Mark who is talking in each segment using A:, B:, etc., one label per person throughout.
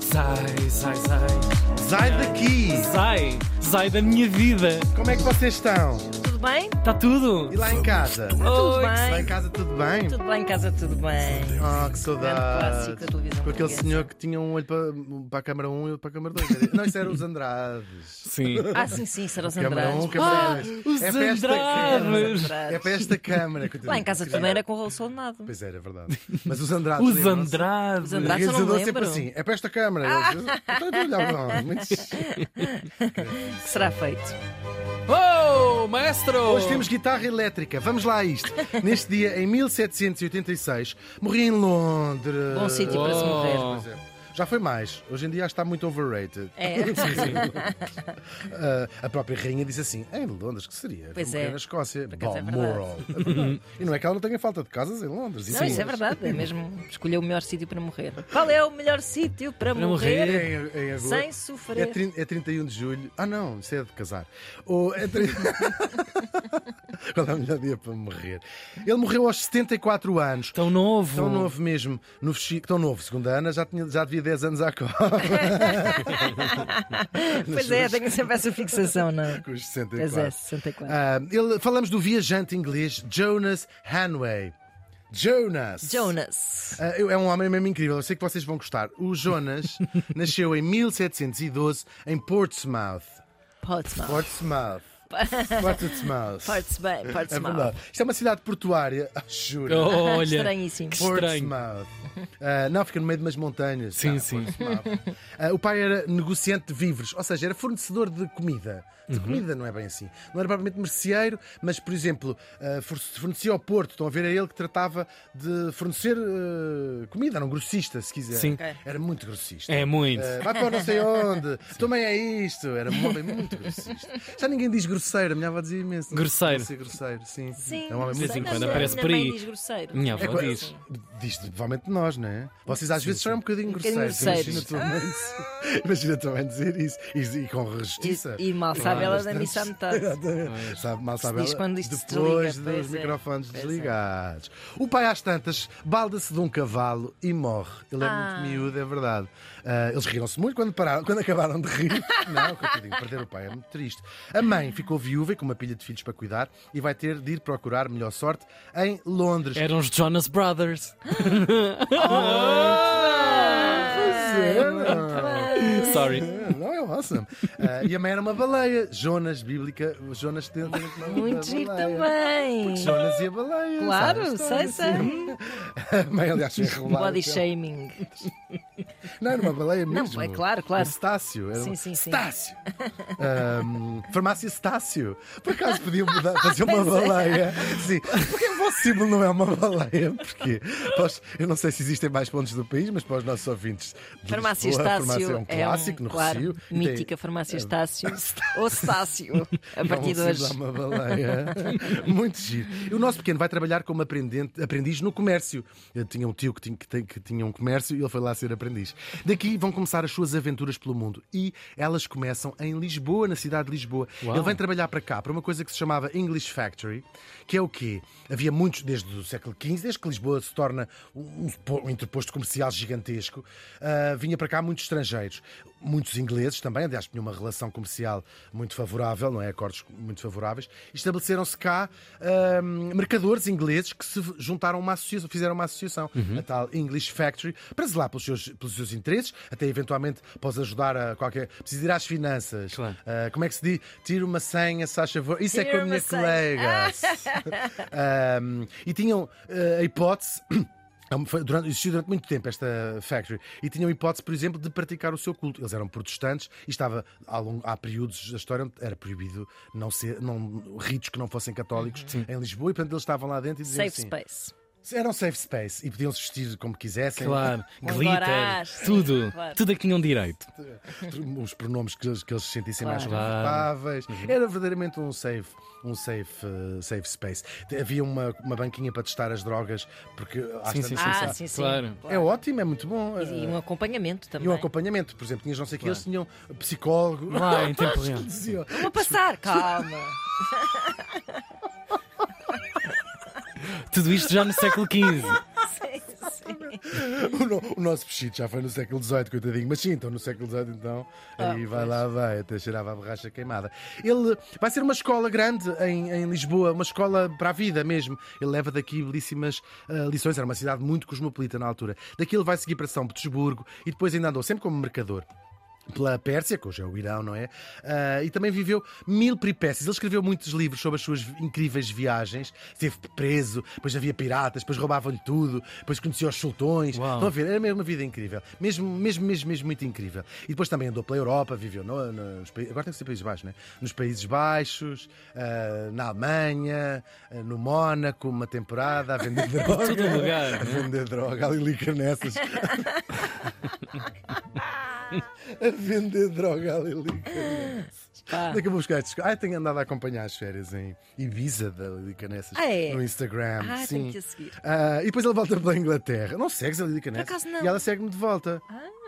A: Sai, sai, sai.
B: Sai daqui!
A: Sai, sai da minha vida.
B: Como é que vocês estão?
C: Tudo bem?
A: Está tudo?
B: E lá em casa?
C: Tudo
B: Lá
C: bem?
B: em casa tudo bem?
C: Tudo bem em casa, tudo
B: Ah,
C: bem.
B: que
C: clássico
B: saudade!
C: da televisão
B: Com aquele
C: portuguesa.
B: senhor que tinha um olho para, para a câmara 1 e outro para a câmara 2. Não, isso era os Andrades.
A: Sim.
C: Ah, sim, sim, será os Ah,
B: Câmara 1,
C: Andrades.
B: câmara 2.
A: Os
B: é para esta câmara.
A: Andrades.
B: É para esta câmara. que eu te
C: Lá em
B: digo.
C: casa também era com o rolo soldado.
B: Pois era, é verdade. Mas os Andrades.
A: Os
B: lembram-se?
A: Andrades.
C: Os Andrades.
B: O
C: eu não
B: realizador
C: me
B: sempre
C: lembro.
B: assim. É para esta câmara. Eu- eu- eu olhava, mas-
C: Que será feito?
A: Oh, maestro!
B: Hoje temos guitarra elétrica. Vamos lá a isto. Neste dia, em 1786, morri em Londres.
C: Bom sítio para se
A: Uou.
C: morrer.
B: Pois é. Já foi mais. Hoje em dia acho que está muito overrated.
C: É.
B: Ah, a própria rainha disse assim: em Londres, que seria?
C: Pois
B: Vou morrer
C: é.
B: na Escócia.
C: acaso é Uhum.
B: Balmoral. É verdade. e não é que ela não tenha falta de casas em Londres.
C: Não, isso é verdade, é mesmo. Escolheu o melhor sítio para morrer. Qual é o melhor sítio para,
A: Para
B: É
A: morrer.
C: morrer,
B: em, em agosto.
C: sem
B: É,
C: sofrer?
B: trin- é 31 de julho. Ah, não, isso é de casar. Ou é trin- Qual é o melhor dia para morrer? Ele morreu aos 74 anos.
A: Tão novo.
C: Hum.
B: Tão novo mesmo. No Fechi- Tão novo, segundo a Ana, já, tinha, já devia 10 anos à cova.
C: Pois é, tenho sempre essa fixação, não?
B: Com os
C: Pois
B: 64.
C: é, 64.
B: Ah, ele, falamos do viajante inglês Jonas Hanway. Jonas.
C: Jonas.
B: Ah, eu- é um homem mesmo incrível, eu sei que vocês vão gostar. O Jonas nasceu em 1712 em Portsmouth.
C: Portsmouth.
B: Portsmouth. Portsmouth.
C: Portsmouth.
B: É
C: Portsmouth.
B: verdade. Isto é uma cidade portuária, ah, juro.
A: Oh, olha.
C: Estranhíssimo.
A: estranho.
B: Portsmouth. Ah, não, fica no meio de umas montanhas.
A: Sim,
B: tá,
A: sim.
B: Portsmouth. Ah, o pai era negociante de víveres, ou seja, era fornecedor de comida. De
A: Uhum.
B: comida não é bem assim. Não era propriamente merceeiro, mas, por exemplo, ah, for- fornecia ao Porto. Estão a ver, é ele que tratava de fornecer ah, comida. Era um grossista, se quiser.
A: Sim.
C: Ok.
B: Era muito grossista.
A: É muito.
B: Eh, vai para não sei onde, também é isto. Era um homem muito grossista. Já ninguém diz grosseiro, a minha avó dizia imenso.
A: Grosseiro.
B: Deve ser grosseiro, sim.
C: Sim,
B: é um homem
A: De vez
B: muito
A: em quando
B: grosseiro.
A: aparece por aí. Minha avó
B: É,
A: diz.
B: Diz provavelmente nós, não é? Vocês às vezes são um bocadinho
C: Um bocadinho
B: grosseiros. Imagina tua mãe dizer- Imagina tua mãe dizer isso. E, e com justiça.
C: É E, e mal sabe ela da missa à metade.
B: Sabe, mal sabe
C: diz
B: ela,
C: quando isto se
B: depois
C: desliga,
B: dos
C: pois é.
B: microfones
C: Pois é.
B: desligados. O pai, às tantas, balda-se de um cavalo e morre. Ele é
C: Ah.
B: muito miúdo, é verdade. Ah, eles riram-se muito quando, pararam, quando acabaram de rir. Não, coitadinho, perder o pai é muito triste. A mãe ficou viúva e com uma pilha de filhos para cuidar e vai ter de ir procurar melhor sorte em Londres.
A: Eram os Jonas Brothers. Sorry.
B: É, Não é awesome. Ah, e a mãe era uma baleia. Jonas, bíblica. Jonas tem um
C: Muito giro
B: é baleia.
C: também.
B: Jonas e a baleia.
C: Claro,
B: sabe a
C: sei,
B: história,
C: sei.
B: sim. A mãe, aliás, foi revelada.
C: Body shaming.
B: Não, era uma baleia
C: Não,
B: mesmo.
C: é claro, claro.
B: Estácio. Era
C: Sim,
B: um-
C: sim, sim.
B: Estácio. Ahm, farmácia Estácio. Por acaso podiam mudar, fazer uma
C: Pois é.
B: baleia? Sim. Porque é impossível, não é uma baleia? Porquê? Para os- eu não sei se existem mais pontos do país, mas para os nossos ouvintes. de
C: Farmácia
B: Lisboa, a
C: Estácio.
B: farmácia é um clássico no
C: claro,
B: Rocio. E tem- É.
C: Mítica farmácia Estácio. Ou Estácio. A
B: Não,
C: partir de
B: sim,
C: hoje.
B: dá um uma baleia. Muito giro. E o nosso pequeno vai trabalhar como aprendente- aprendiz no comércio. Eu tinha um tio que tinha, que tem- que tinha um comércio e ele foi lá ser aprendiz. Daqui vão começar as suas aventuras pelo mundo. E elas começam em Lisboa, na cidade de Lisboa.
A: Uau.
B: Ele vem trabalhar para cá, para uma coisa que se chamava English Factory, que é o quê? Havia muitos, desde o século XV, desde que Lisboa se torna um, po- um interposto comercial gigantesco, ah, vinha para cá muitos estrangeiros. Muitos ingleses também, aliás, tinham uma relação comercial muito favorável, não é? Acordos muito favoráveis. Estabeleceram-se cá ah, mercadores ingleses que se juntaram a uma associação, fizeram uma associação, a tal English Factory, para zelar pelos seus, pelos seus interesses, até eventualmente podes ajudar a qualquer. Precisa ir às finanças.
A: Claro.
B: Ah, como é que se diz? Tira uma senha, se faz favor. Isso é
C: Tira
B: com a minha
C: uma senha.
B: colega. Ahm, e tinham eh, a hipótese. é Foi Durante, existiu durante muito tempo esta factory e tinham a hipótese, por exemplo, de praticar o seu culto. Eles eram protestantes e estava há, long- há períodos da história onde era proibido não ser, não, ritos que não fossem católicos
A: Uhum.
B: em Lisboa e, portanto, eles estavam lá dentro e diziam
C: Safe
B: assim:
C: space.
B: eram safe space e podiam se vestir como quisessem.
A: Claro.
C: Com
A: Glitter.
C: dourás, sim,
A: Tudo.
C: claro.
A: Tudo a que tinham direito.
B: os pronomes que eles, que eles se sentissem mais
A: Claro. Uhum.
B: confortáveis. Era verdadeiramente um safe, um safe, eh, safe space. Te- Havia uma, uma banquinha para testar as drogas, porque às
A: Sim, sim, sim.
B: tantas-
C: Ah,
A: sim.
C: sim, sim.
A: Claro.
B: é ótimo, é muito bom.
C: E um acompanhamento também.
B: E um acompanhamento, por exemplo, tinhas não sei o que, eles tinham psicólogo.
A: Lá, em tempo real.
B: Diziam,
C: Vou passar, calma.
A: Tudo isto já no século XV.
C: Sim, sim.
B: O, no- o nosso peixito já foi no século XVIII, coitadinho. Mas sim, então no século XVIII, então.
C: Ah,
B: aí vai lá, vai. Até cheirava a borracha queimada. Ele vai ser uma escola grande em, em Lisboa, uma escola para a vida mesmo. Ele leva daqui belíssimas ah, lições. Era uma cidade muito cosmopolita na altura. Daqui ele vai seguir para São Petersburgo e depois ainda andou sempre como mercador pela Pérsia, que hoje é o Irão, não é? Ah, e também viveu mil peripécias. Ele escreveu muitos livros sobre as suas incríveis viagens. Esteve preso, depois havia piratas, depois roubavam-lhe tudo, depois conhecia os sultões.
A: Uau.
B: Estão a ver? Era mesmo uma vida incrível. Mesmo, mesmo, mesmo, mesmo muito incrível. E depois também andou pela Europa, viveu no- nos, pa- agora tem que ser Países Baixos, não é? Nos Países Baixos, ah, na Alemanha, ah, no Mónaco, uma temporada, a vender droga.
A: todo lugar,
B: A
C: né?
A: não é?
B: vender droga, ali lica nessas. a vender droga ali Licanessas.
C: Pá.
B: Onde é que eu vou buscar estes? Ah, tenho andado a acompanhar as férias em Ibiza da Licanessas
C: Ah, é?
B: no Instagram.
C: Ah,
B: sim.
C: tenho que a seguir.
B: Ah, e depois ele volta pela Inglaterra. Não segues a
C: Por
B: Licanessas?
C: acaso não. Ah.
B: E ela segue-me de volta.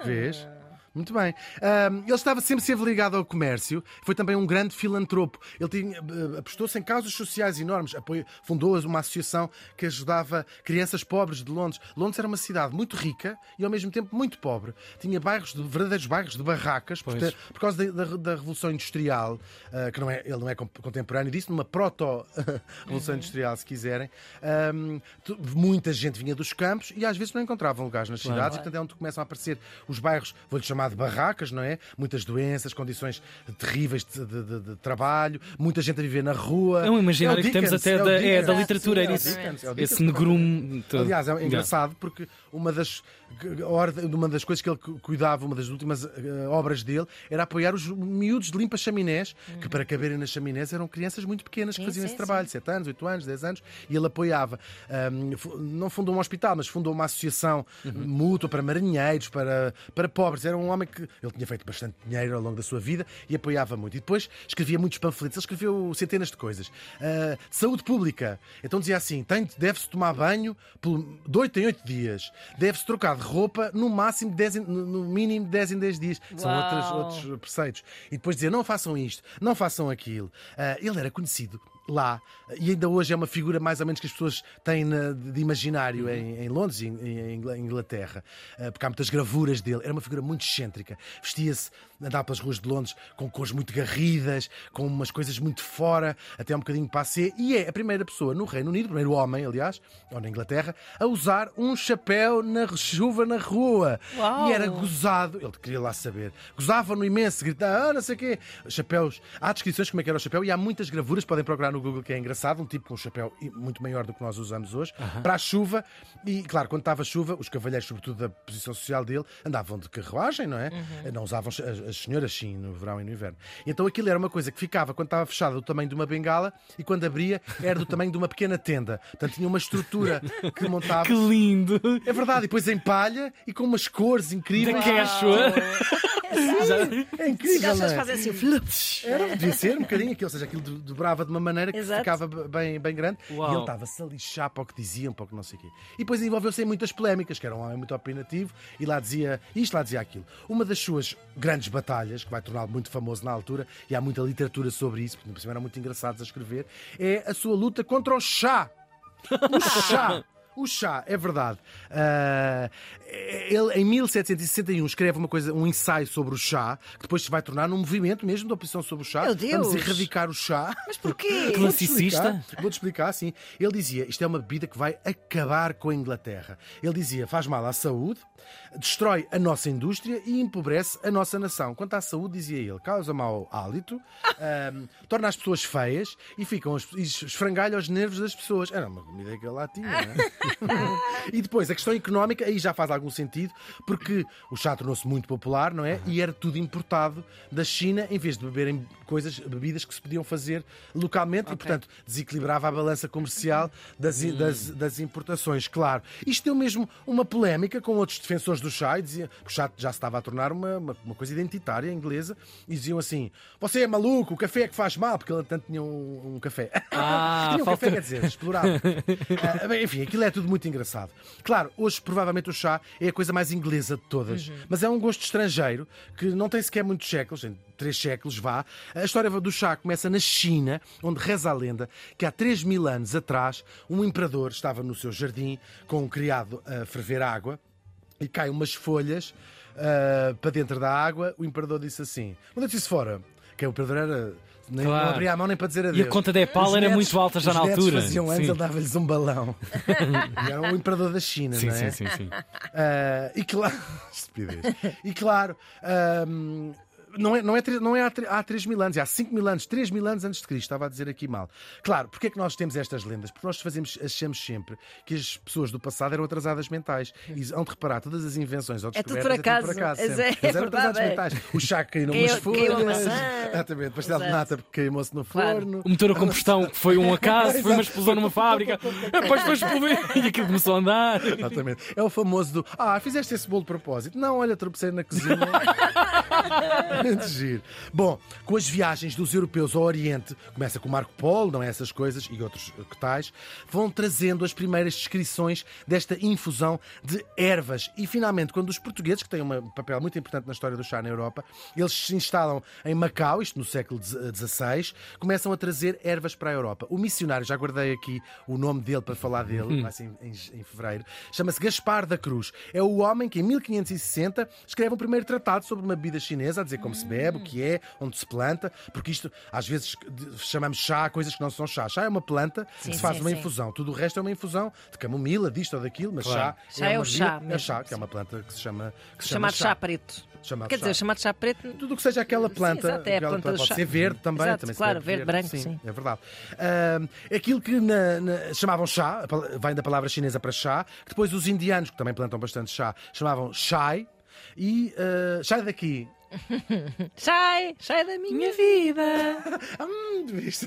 B: Vês? Muito bem. Ah, ele estava sempre sempre ligado ao comércio, foi também um grande filantropo. Ele tinha, eh, apostou-se em causas sociais enormes, apoio, fundou uma associação que ajudava crianças pobres de Londres. Londres era uma cidade muito rica e ao mesmo tempo muito pobre. Tinha bairros, de, verdadeiros bairros de barracas, por,
A: Pois.
B: ter- por causa da, da- da Revolução Industrial, ah, que não é, ele não é com- contemporâneo disso, numa proto-Revolução Industrial, se quiserem. Ahm, tu- muita gente vinha dos campos e às vezes não encontravam lugares nas cidades, portanto é onde começam a aparecer os bairros, vou-lhe chamar de barracas, não é? Muitas doenças, condições terríveis de, de- de- de trabalho, muita gente a viver na rua.
A: É um imaginário
B: o
A: que temos
B: Dickens,
A: até
B: o
A: da- é
B: Dickens.
A: da literatura,
B: Sim,
A: era
B: o
A: isso.
B: Dickens, é o Dickens.
A: Esse negrume todo.
B: Aliás, é
A: Já.
B: engraçado porque uma das, que- orde- uma das coisas que ele cu- cuidava, uma das últimas eh, obras dele, era apoiar os miúdos de limpa chaminés, que para caberem nas chaminés eram crianças muito pequenas que
C: Hum. Sim,
B: faziam
C: sim,
B: esse trabalho, 7 anos, 8 anos, 10 anos, e ele apoiava. Ahm, fu- não fundou um hospital, mas fundou uma associação mútua para marinheiros, para, para pobres. Era um homem que ele tinha feito bastante dinheiro ao longo da sua vida e apoiava muito. E depois escrevia muitos panfletos, ele escreveu centenas de coisas. Ah, de saúde pública. Então dizia assim: tem- deve-se tomar banho pelo- de 8 em 8 dias, deve-se trocar de roupa no máximo 10 em- no no mínimo 10 em 10 dias. São
C: Uau.
B: outras, outros outros preceitos e depois dizer não façam isto, não façam aquilo. Ah, ele era conhecido lá e ainda hoje é uma figura mais ou menos que as pessoas têm na- de imaginário em, em Londres e em, em Ingla- Inglaterra, ah, porque há muitas gravuras dele. Era uma figura muito excêntrica. Vestia-se, andava pelas ruas de Londres com cores muito garridas, com umas coisas muito fora, até um bocadinho passé. E é a primeira pessoa no Reino Unido, o primeiro homem, aliás, ou na Inglaterra, a usar um chapéu na chuva na rua.
C: Uau.
B: E era gozado, ele queria lá saber, gozavam-no imenso, gritavam, ah, não sei o quê. Chapéus, há descrições de como é que era o chapéu e há muitas gravuras, podem procurar no Google que é engraçado, um tipo com um chapéu i- muito maior do que nós usamos hoje, para a chuva. E claro, quando estava chuva, os cavalheiros, sobretudo da posição social dele, andavam de carruagem, não é? Não usavam as, as senhoras sim no verão e no inverno. Então aquilo era uma coisa que ficava quando estava fechada do tamanho de uma bengala e quando abria era do tamanho de uma pequena tenda. Portanto, tinha uma estrutura que montava.
A: Que lindo!
B: É verdade, e depois em palha e com umas cores incríveis.
A: Da Quechua. Já-
B: É
C: Os
B: incrível, não
C: gajos
B: é?
C: fazem assim o flups.
B: Era, devia ser um bocadinho aquilo, ou seja, aquilo do- dobrava de uma maneira que
C: Exato.
B: ficava b- bem, bem grande
A: Uau.
B: e ele estava-se a lixar para o que diziam, para o que não sei o quê. E depois envolveu-se em muitas polémicas, que era um homem muito opinativo e lá dizia isto, lá dizia aquilo. Uma das suas grandes batalhas, que vai torná-lo muito famoso na altura, e há muita literatura sobre isso, porque por cima eram muito engraçados a escrever, é a sua luta contra o chá. O chá. O chá, é verdade. Ah, ele, em 1761, escreve uma coisa, um ensaio sobre o chá, que depois se vai tornar num movimento mesmo da oposição sobre o chá.
C: Meu Deus!
B: Vamos erradicar o chá.
C: Mas porquê?
A: Claro.
B: Vou-te
A: Classicista?
B: explicar, Vou-te explicar, sim. Ele dizia: isto é uma bebida que vai acabar com a Inglaterra. Ele dizia: faz mal à saúde, destrói a nossa indústria e empobrece a nossa nação. Quanto à saúde, dizia ele, causa mau hálito, ahm, torna as pessoas feias e ficam as- e esfrangalha os nervos das pessoas. Era uma comida que ele lá tinha, não é? E depois, a questão económica, aí já faz algum sentido, porque o chá tornou-se muito popular, não é? E era tudo importado da China, em vez de beberem coisas, bebidas que se podiam fazer localmente, e portanto desequilibrava a balança comercial das,
A: Hum.
B: das, das importações, claro. Isto deu mesmo uma polémica com outros defensores do chá, e diziam que o chá já se estava a tornar uma, uma, uma coisa identitária inglesa, e diziam assim: você é maluco, o café é que faz mal, porque ele tanto tinha um, um café.
A: Ah,
B: tinha um
A: falta-
B: café, quer dizer, explorado. Ah, bem, enfim, aquilo é tudo muito engraçado. Claro, hoje provavelmente o chá é a coisa mais inglesa de todas,
A: Uhum.
B: mas é um gosto estrangeiro que não tem sequer muitos séculos, em três séculos vá. A história do chá começa na China, onde reza a lenda que há 3 mil anos atrás um imperador estava no seu jardim com um criado a ferver água. e caem umas folhas ah, para dentro da água. O imperador disse assim: manda-te isso fora. Que o imperador era. Nem,
A: Claro.
B: Não abria a mão nem para dizer adeus.
A: E a conta da
B: Os
A: Epal era
B: netos-
A: muito alta já
B: os
A: na
B: netos
A: altura.
B: faziam anos, ele dava-lhes um balão. e era o imperador da China,
A: sim,
B: não
A: sim,
B: é?
A: sim, sim.
B: Ah, e claro. Estupidez. E claro. ahm, não é, não, é, tre- não é há, tre- há 3 mil anos, é há 5 mil anos, 3 mil anos antes de Cristo, estava a dizer aqui mal. Claro, porque é que nós temos estas lendas? Porque nós fazemos, achamos sempre que as pessoas do passado eram atrasadas mentais. E hão de reparar, todas as invenções ou
C: É tudo
B: descobertas
C: por acaso.
B: É tudo por acaso
C: É
B: sempre.
C: sério,
B: Eles eram
C: é
B: atrasados
C: verdade.
B: mentais. O chá caiu numas
C: Caiu-
B: folhas.
C: caiu a maçã.
B: Exatamente, pastel de
C: Exato.
B: nata queimou-se no
C: Claro.
B: forno.
A: O motor a combustão que foi um acaso, foi uma explosão numa fábrica, depois foi explodir e aquilo começou a andar.
B: Exatamente. É o famoso do Ah, fizeste esse bolo de propósito. Não, olha, tropecei na cozinha. Muito giro. Bom, com as viagens dos europeus ao Oriente, começa com Marco Polo, não é? Essas coisas e outros eh, que tais, vão trazendo as primeiras descrições desta infusão de ervas. E finalmente, quando os portugueses, que têm uma- um papel muito importante na história do chá na Europa, eles se instalam em Macau, isto no século XVI, começam a trazer ervas para a Europa. O missionário, já guardei aqui o nome dele para falar dele, vai ser em, em- em fevereiro, chama-se Gaspar da Cruz. É o homem que em 1560 escreve um primeiro tratado sobre uma bebida chinesa, a dizer como se bebe, o que é, onde se planta, porque isto às vezes de- chamamos chá a coisas que não são chá. Chá é uma planta
C: Sim,
B: que se faz
C: sim,
B: uma
C: sim.
B: infusão. Tudo o resto é uma infusão de camomila, disto ou daquilo, mas
A: Claro.
B: chá,
C: Chá é
B: uma
C: o chá
B: bebida- É
C: mesmo,
B: chá, que é uma planta que se chama, que se chama
C: Chamado chá preto.
B: Chamado
C: Quer dizer,
B: chá.
C: chamado chá preto.
B: Tudo o que seja aquela
C: Sim,
B: planta.
C: exato, é a
B: aquela
C: planta do
B: pode
C: chá.
B: ser verde também.
C: Exato,
B: também se
C: claro,
B: bebe
C: verde, branco, sim.
B: É verdade. Ahm, aquilo que na- na- chamavam chá, a pala- vem da palavra chinesa para chá, que depois os indianos, que também plantam bastante chá, chamavam chai. E ah, chai daqui.
C: Sai, sai é, da minha vida.
B: Hum, de vista.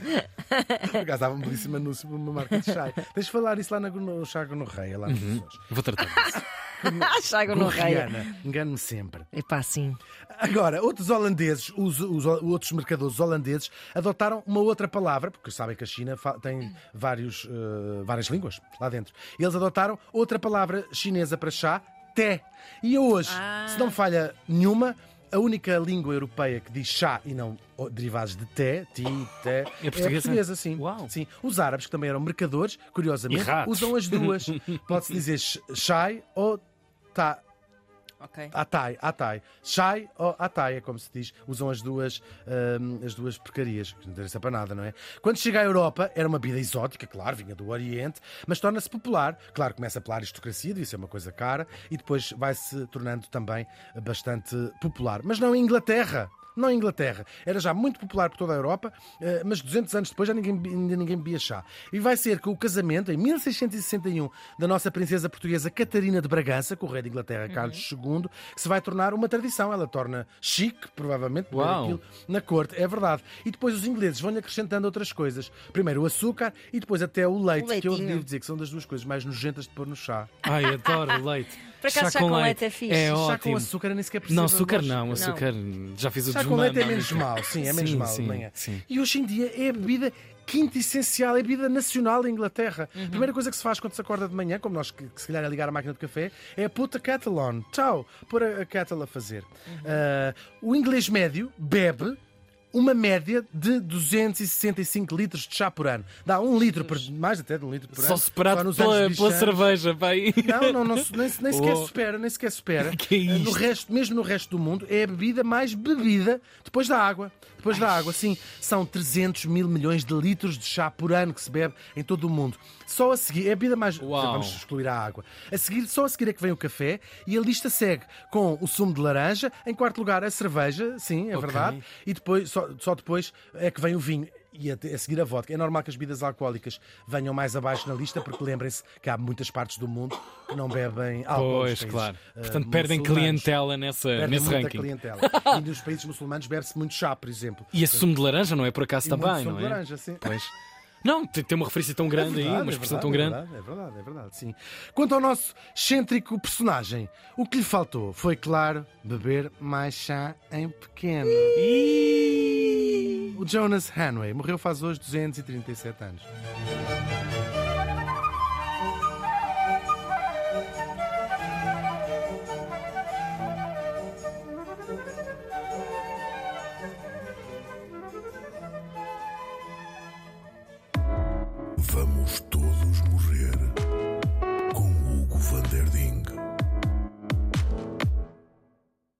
B: Por acaso dava um belíssimo anúncio para uma marca de chai. Deixa falar isso lá na, Gono- no Chá Gonorreia, lá nos
C: Uhum.
B: Açores.
A: Vou tratar disso.
C: Chega no rei.
B: Gorriana, engano-me sempre.
C: Epá, sim.
B: Agora, outros holandeses, os, os- outros mercadores holandeses, adotaram uma outra palavra, porque sabem que a China fa- tem vários, eh, várias línguas lá dentro. Eles adotaram outra palavra chinesa para chá, té. E eu hoje,
C: Ah.
B: se não falha nenhuma, a única língua europeia que diz chá e não o- derivados de té, ti, té,
A: É portuguesa?
B: sim.
A: Uau.
B: sim. Os árabes, que também eram mercadores,
A: E
B: curiosamente,
A: ratos.
B: usam as duas. Pode-se dizer ch- chai ou tá.
C: Ok.
B: Atai, atai. Chai ou atai, é como se diz. Usam as duas, hum, as duas porcarias. que Não interessa para nada, não é? Quando chega à Europa, era uma bebida exótica, claro, vinha do Oriente, mas torna-se popular. Claro, começa pela aristocracia, devia ser uma coisa cara, e depois vai-se tornando também bastante popular. Mas não em Inglaterra. Não em Inglaterra. Era já muito popular por toda a Europa, eh, mas 200 anos depois já ninguém, ainda ninguém bebia chá. E vai ser com o casamento, em 1661, da nossa princesa portuguesa Catarina de Bragança, com o rei de Inglaterra
A: Uhum.
B: Carlos II, que se vai tornar uma tradição. Ela torna chique, provavelmente, beber
A: Uau.
B: aquilo na corte. É verdade. E depois os ingleses vão-lhe acrescentando outras coisas. Primeiro o açúcar e depois até o leite,
C: O
B: que eu
C: leitinho.
B: devo dizer que são das duas coisas mais nojentas de pôr no chá.
A: Ai, adoro leite.
C: Por acaso chá com leite é fixe.
A: É
B: chá com
A: ótimo.
B: açúcar eu nem sequer precisa.
A: Não, açúcar
B: nós-
A: não, açúcar já fiz o
B: Chá com
A: desmame
B: leite é
A: há
B: menos
A: muito
B: mau, sim, é menos
A: Sim,
B: mau.
A: sim,
B: bem é.
A: sim.
B: E hoje em dia é a bebida quinta essencial, é a bebida nacional da Inglaterra.
A: Uhum.
B: A primeira coisa que se faz quando se acorda de manhã, como nós que, que se calhar é ligar a máquina do café, é a puta Catalan. Tchau, pôr a, a Catal a fazer.
A: Uhum.
B: Ah, o inglês médio bebe uma média de 265 litros de chá por ano. Dá um litro, por, mais até de um litro por ano.
A: Só separado
B: nos
A: pela,
B: anos
A: pela
B: bichanos.
A: cerveja, pai.
B: Não, não, não, se- nem, nem sequer
A: Oh.
B: supera, nem sequer supera.
A: Que é isto?
B: No resto, mesmo no resto do mundo, é a bebida mais bebida depois da água. Depois da água, sim. São 300 mil milhões de litros de chá por ano que se bebe em todo o mundo. Só a seguir, é a bebida mais.
A: Uau.
B: Vamos excluir a água. A seguir, só a seguir é que vem o café e a lista segue com o sumo de laranja. Em quarto lugar, a cerveja, sim, é
A: Ok.
B: verdade. E depois, só, só depois é que vem o vinho. E a, a seguir a vodka. É normal que as bebidas alcoólicas venham mais abaixo na lista, porque lembrem-se que há muitas partes do mundo que não bebem álcool.
A: Pois,
B: nos países,
A: claro.
B: eh,
A: Portanto, perdem
B: muçulmanos.
A: clientela nessa,
B: Perdem
A: nesse
B: muita
A: ranking.
B: clientela. E nos países muçulmanos bebe-se muito chá, por exemplo.
A: E esse sumo de laranja, não é? Por acaso
B: E muito
A: também,
B: sumo
A: não é?
B: de laranja, sim.
A: Pois. Não, tem tem uma referência tão grande aí, uma expressão tão um grande.
B: É verdade, é verdade, é verdade, sim. Quanto ao nosso excêntrico personagem, o que lhe faltou foi, claro, beber mais chá em pequeno. O Jonas Hanway morreu faz hoje 237 anos.